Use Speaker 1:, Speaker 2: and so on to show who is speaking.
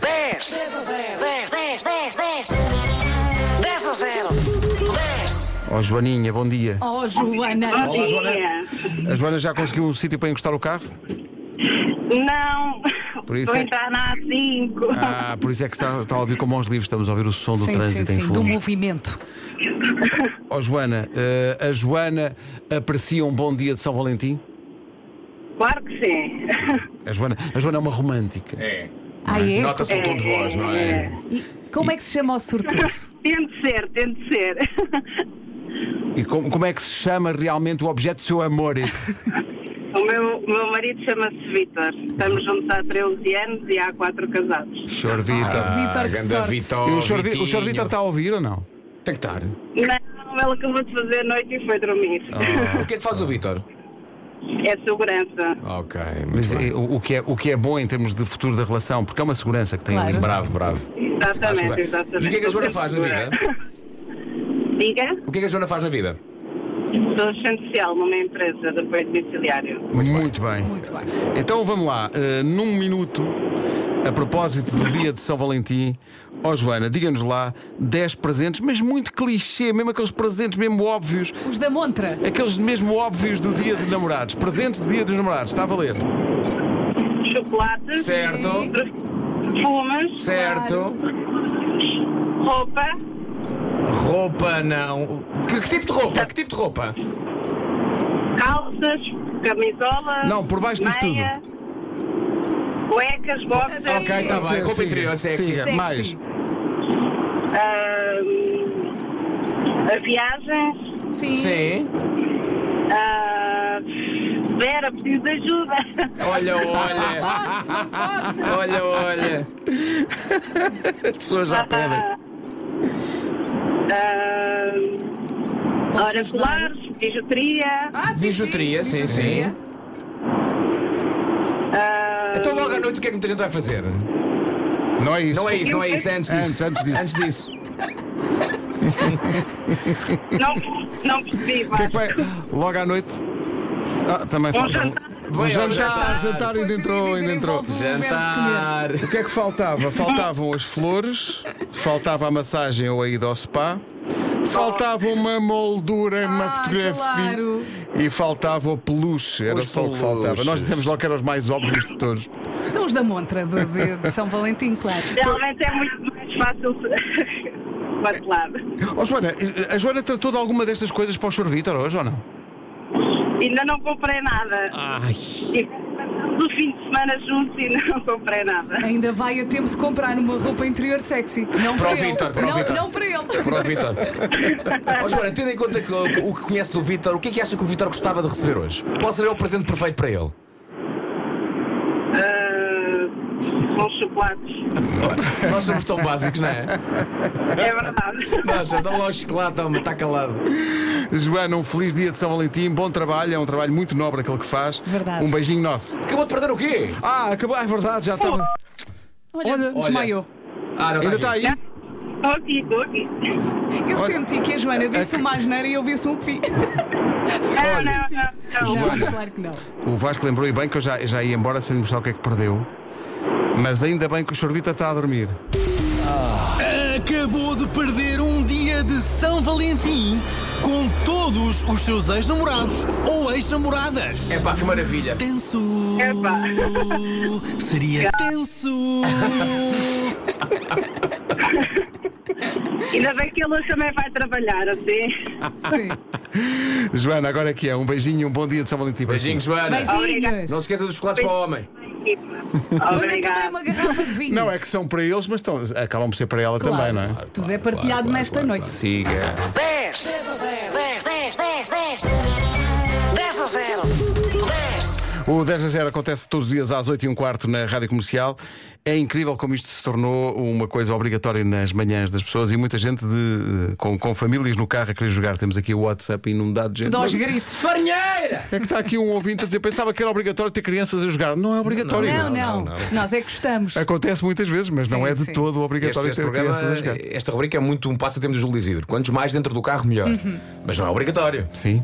Speaker 1: 10, 10 a 0. 10, 10, 10, 10. 10 a 0. 10.
Speaker 2: Ó Joaninha, bom dia.
Speaker 3: Oh, Joana.
Speaker 4: Olá,
Speaker 5: Bom
Speaker 4: Joana.
Speaker 5: dia.
Speaker 2: A Joana já conseguiu um sítio para encostar o carro?
Speaker 5: Não,
Speaker 2: Por isso
Speaker 5: vou
Speaker 2: é-
Speaker 5: entrar na A5.
Speaker 2: Ah, por isso é que está, está a ouvir com mãos livres, estamos a ouvir o som do
Speaker 3: Sim, sim,
Speaker 2: trânsito
Speaker 3: sim,
Speaker 2: em
Speaker 3: do
Speaker 2: fundo.
Speaker 3: movimento.
Speaker 2: Ó Joana, eh, a Joana aprecia um bom dia de São Valentim?
Speaker 5: Claro que sim.
Speaker 2: A Joana, a Joana é uma romântica.
Speaker 4: É.
Speaker 3: Ah, é?
Speaker 4: Nota-se pelo tom de voz, não é?
Speaker 3: E como é que se chama o sortudo?
Speaker 5: Tente ser, tente ser.
Speaker 2: E como, como é que se chama realmente o objeto do seu amor?
Speaker 5: O meu, o meu marido chama-se Vitor. Estamos juntos há 13 anos e há 4 casados.
Speaker 2: Senhor Vitor.
Speaker 3: Vitor, que sorte.
Speaker 4: Vitor.
Speaker 2: E o senhor Vi- o senhor tá- Vitor
Speaker 4: Ah, Vitinho.
Speaker 2: está a ouvir ou não?
Speaker 4: Tem que estar.
Speaker 5: Não, ele acabou de fazer noite e foi dormir.
Speaker 2: Ah.
Speaker 4: O que é que faz o Vitor?
Speaker 5: É segurança.
Speaker 4: Ok,
Speaker 2: Mas
Speaker 4: muito bem.
Speaker 2: eh, o, o que é, o que é bom em termos de futuro da relação, porque é uma segurança que tem
Speaker 3: Claro.
Speaker 2: ali.
Speaker 4: Bravo, bravo. Acho
Speaker 5: Exatamente,
Speaker 4: bem.
Speaker 5: exatamente.
Speaker 4: E o que é que a Joana faz na vida?
Speaker 5: Diga,
Speaker 4: O que é que a Joana faz na vida?
Speaker 5: sou assistente social numa empresa de apoio domiciliário.
Speaker 2: Muito bem.
Speaker 3: Muito bem.
Speaker 2: Então vamos lá, eh, num minuto, a propósito do dia de São Valentim, ó Joana, diga-nos lá 10 presentes, mas muito clichê, mesmo aqueles presentes mesmo óbvios,
Speaker 3: Os da Montra.
Speaker 2: aqueles mesmo óbvios do dia de namorados. Presentes de dia dos namorados, está a valer.
Speaker 5: Chocolate,
Speaker 4: Certo,
Speaker 5: perfumes,
Speaker 4: certo.
Speaker 5: roupa,
Speaker 4: Roupa não. Que, que tipo de roupa? Que tipo de roupa?
Speaker 5: calças, camisola.
Speaker 2: Não, por baixo disso
Speaker 5: meia, Cuecas, boxers.
Speaker 3: Ok,
Speaker 4: Ok, está
Speaker 3: Pode
Speaker 4: bem.
Speaker 2: ser,
Speaker 4: Roupa
Speaker 2: siga,
Speaker 4: interior, sexy.
Speaker 2: siga.
Speaker 3: Sexy.
Speaker 2: É, mais.
Speaker 5: ah, viagens.
Speaker 3: Sim.
Speaker 4: Sim.
Speaker 5: ah, Vera, preciso de ajuda.
Speaker 4: Olha, olha,
Speaker 3: Posso, não posso.
Speaker 4: olha, olha.
Speaker 2: As pessoas já pedem.
Speaker 5: Ah,
Speaker 3: Posso
Speaker 5: ora,
Speaker 3: ajudar?
Speaker 5: colares, bijuteria.
Speaker 3: Ah, sim,
Speaker 4: Bijuteria, sim, sim.
Speaker 3: bijuteria.
Speaker 5: ah,
Speaker 4: Então logo à noite o que é que muita gente vai fazer?
Speaker 2: Não é isso.
Speaker 4: Não é isso, não é isso, é antes
Speaker 2: Antes,
Speaker 4: disso.
Speaker 2: antes disso.
Speaker 4: Antes disso.
Speaker 5: não, não percebi.
Speaker 2: O que é que vai? Logo à noite. Ah, também
Speaker 5: Um
Speaker 2: falta.
Speaker 5: jantar.
Speaker 4: Vai ao
Speaker 2: jantar,
Speaker 4: jantar.
Speaker 2: jantar,
Speaker 3: Pois
Speaker 2: ainda
Speaker 3: eu ia
Speaker 2: entrou,
Speaker 3: dizer,
Speaker 2: ainda entrou.
Speaker 3: envolve o momento de
Speaker 4: Jantar.
Speaker 2: O que é que faltava? Faltavam as flores, faltava a massagem ou a ida ao spa, faltava uma moldura, uma
Speaker 3: Ah,
Speaker 2: fotografia
Speaker 3: claro.
Speaker 2: e faltava o peluche. Era
Speaker 4: Os
Speaker 2: só o que faltava.
Speaker 4: peluches.
Speaker 2: Nós dissemos logo que eram os mais óbvios de todos.
Speaker 3: comer. São os da Montra, de, de- de São Valentim, claro.
Speaker 5: Realmente é muito mais fácil se- martelado.
Speaker 2: Oh, Joana, a Joana tratou de alguma destas coisas para o Sr. Vítor hoje ou não?
Speaker 5: Ainda não comprei nada. E Tipo, do fim de semana juntos e ainda não comprei nada.
Speaker 3: Ainda vai a tempo de comprar uma roupa interior sexy. Não
Speaker 4: Para o
Speaker 3: para, ele.
Speaker 4: Vítor, para o
Speaker 3: não,
Speaker 4: Vítor.
Speaker 3: não para ele.
Speaker 4: Para o Vitor. Ó Joana, tendo em conta que- o, que conhece do Vitor, o que é que acha que o Vitor gostava de receber hoje? Qual seria o presente perfeito para ele?
Speaker 5: Ah, bons chocolates.
Speaker 4: Nós somos tão básicos, não é?
Speaker 5: É verdade.
Speaker 4: Nossa, dá lá o chocolate, toma, está calado.
Speaker 2: Joana, um feliz dia de São Valentim, bom trabalho, é um trabalho muito nobre aquele que faz.
Speaker 3: Verdade.
Speaker 2: Um beijinho nosso.
Speaker 4: Acabou de perder o quê?
Speaker 2: Ah, acabou, ah, é verdade, já estava.
Speaker 3: Olha,
Speaker 2: Olha.
Speaker 3: desmaiou.
Speaker 4: Ah, não,
Speaker 2: Ainda tá está aí?
Speaker 5: Estou aqui, estou aqui.
Speaker 3: Eu
Speaker 2: Olha.
Speaker 3: senti que a Joana disse
Speaker 2: a-
Speaker 3: uma asneira e eu vi-se um pi.
Speaker 5: Não, Ah, não, não. não.
Speaker 2: Joana.
Speaker 3: Claro que não.
Speaker 2: O Vasco lembrou e bem que eu já, já ia embora sem lhe mostrar o que é que perdeu. Mas ainda bem que o Sorvita está a dormir.
Speaker 6: Acabou de perder um dia de São Valentim com todos os seus ex-namorados ou ex-namoradas.
Speaker 4: É pá, que maravilha.
Speaker 6: tenso.
Speaker 5: Epá.
Speaker 6: Seria tenso.
Speaker 5: Ainda bem que ele hoje também vai trabalhar, assim.
Speaker 2: Joana, agora é que é. Um beijinho e um bom dia de São Valentim.
Speaker 4: Beijinhos, Joana.
Speaker 3: Beijinhos. é
Speaker 4: Não se esqueça dos chocolates para o homem.
Speaker 3: Olha também uma
Speaker 5: Tipo, Obrigada.
Speaker 3: garrafa de vinho.
Speaker 2: Não é que são para eles, mas estão, acabam por ser para ela
Speaker 3: Claro.
Speaker 2: também, não é?
Speaker 3: Tudo é partilhado nesta noite.
Speaker 4: Siga.
Speaker 1: 10. 10 a 0. 10, 10, 10, 10. 10 a 0. 10.
Speaker 2: O 10 a 0 acontece todos os dias às 8 e um quarto na Rádio Comercial. É incrível como isto se tornou uma coisa obrigatória nas manhãs das pessoas e muita gente de- eh, com, com famílias no carro a querer jogar. Temos aqui o WhatsApp inundado de gente.
Speaker 3: Dá aos gritos.
Speaker 4: Farinheira!
Speaker 2: É que está aqui um ouvinte a dizer: pensava que era obrigatório ter crianças a jogar. Não é obrigatório.
Speaker 3: Não, não,
Speaker 4: não,
Speaker 3: Nós é que gostamos.
Speaker 2: Acontece muitas vezes, mas não
Speaker 3: Sim,
Speaker 2: é de
Speaker 3: sim.
Speaker 2: todo
Speaker 4: Este,
Speaker 2: obrigatório
Speaker 4: este
Speaker 2: ter
Speaker 4: programa,
Speaker 2: crianças a jogar.
Speaker 4: Uhum. esta rubrica é muito um passatempo do Júlio Isidro. Quantos mais dentro do carro, melhor. Mas não é obrigatório.
Speaker 2: Sim.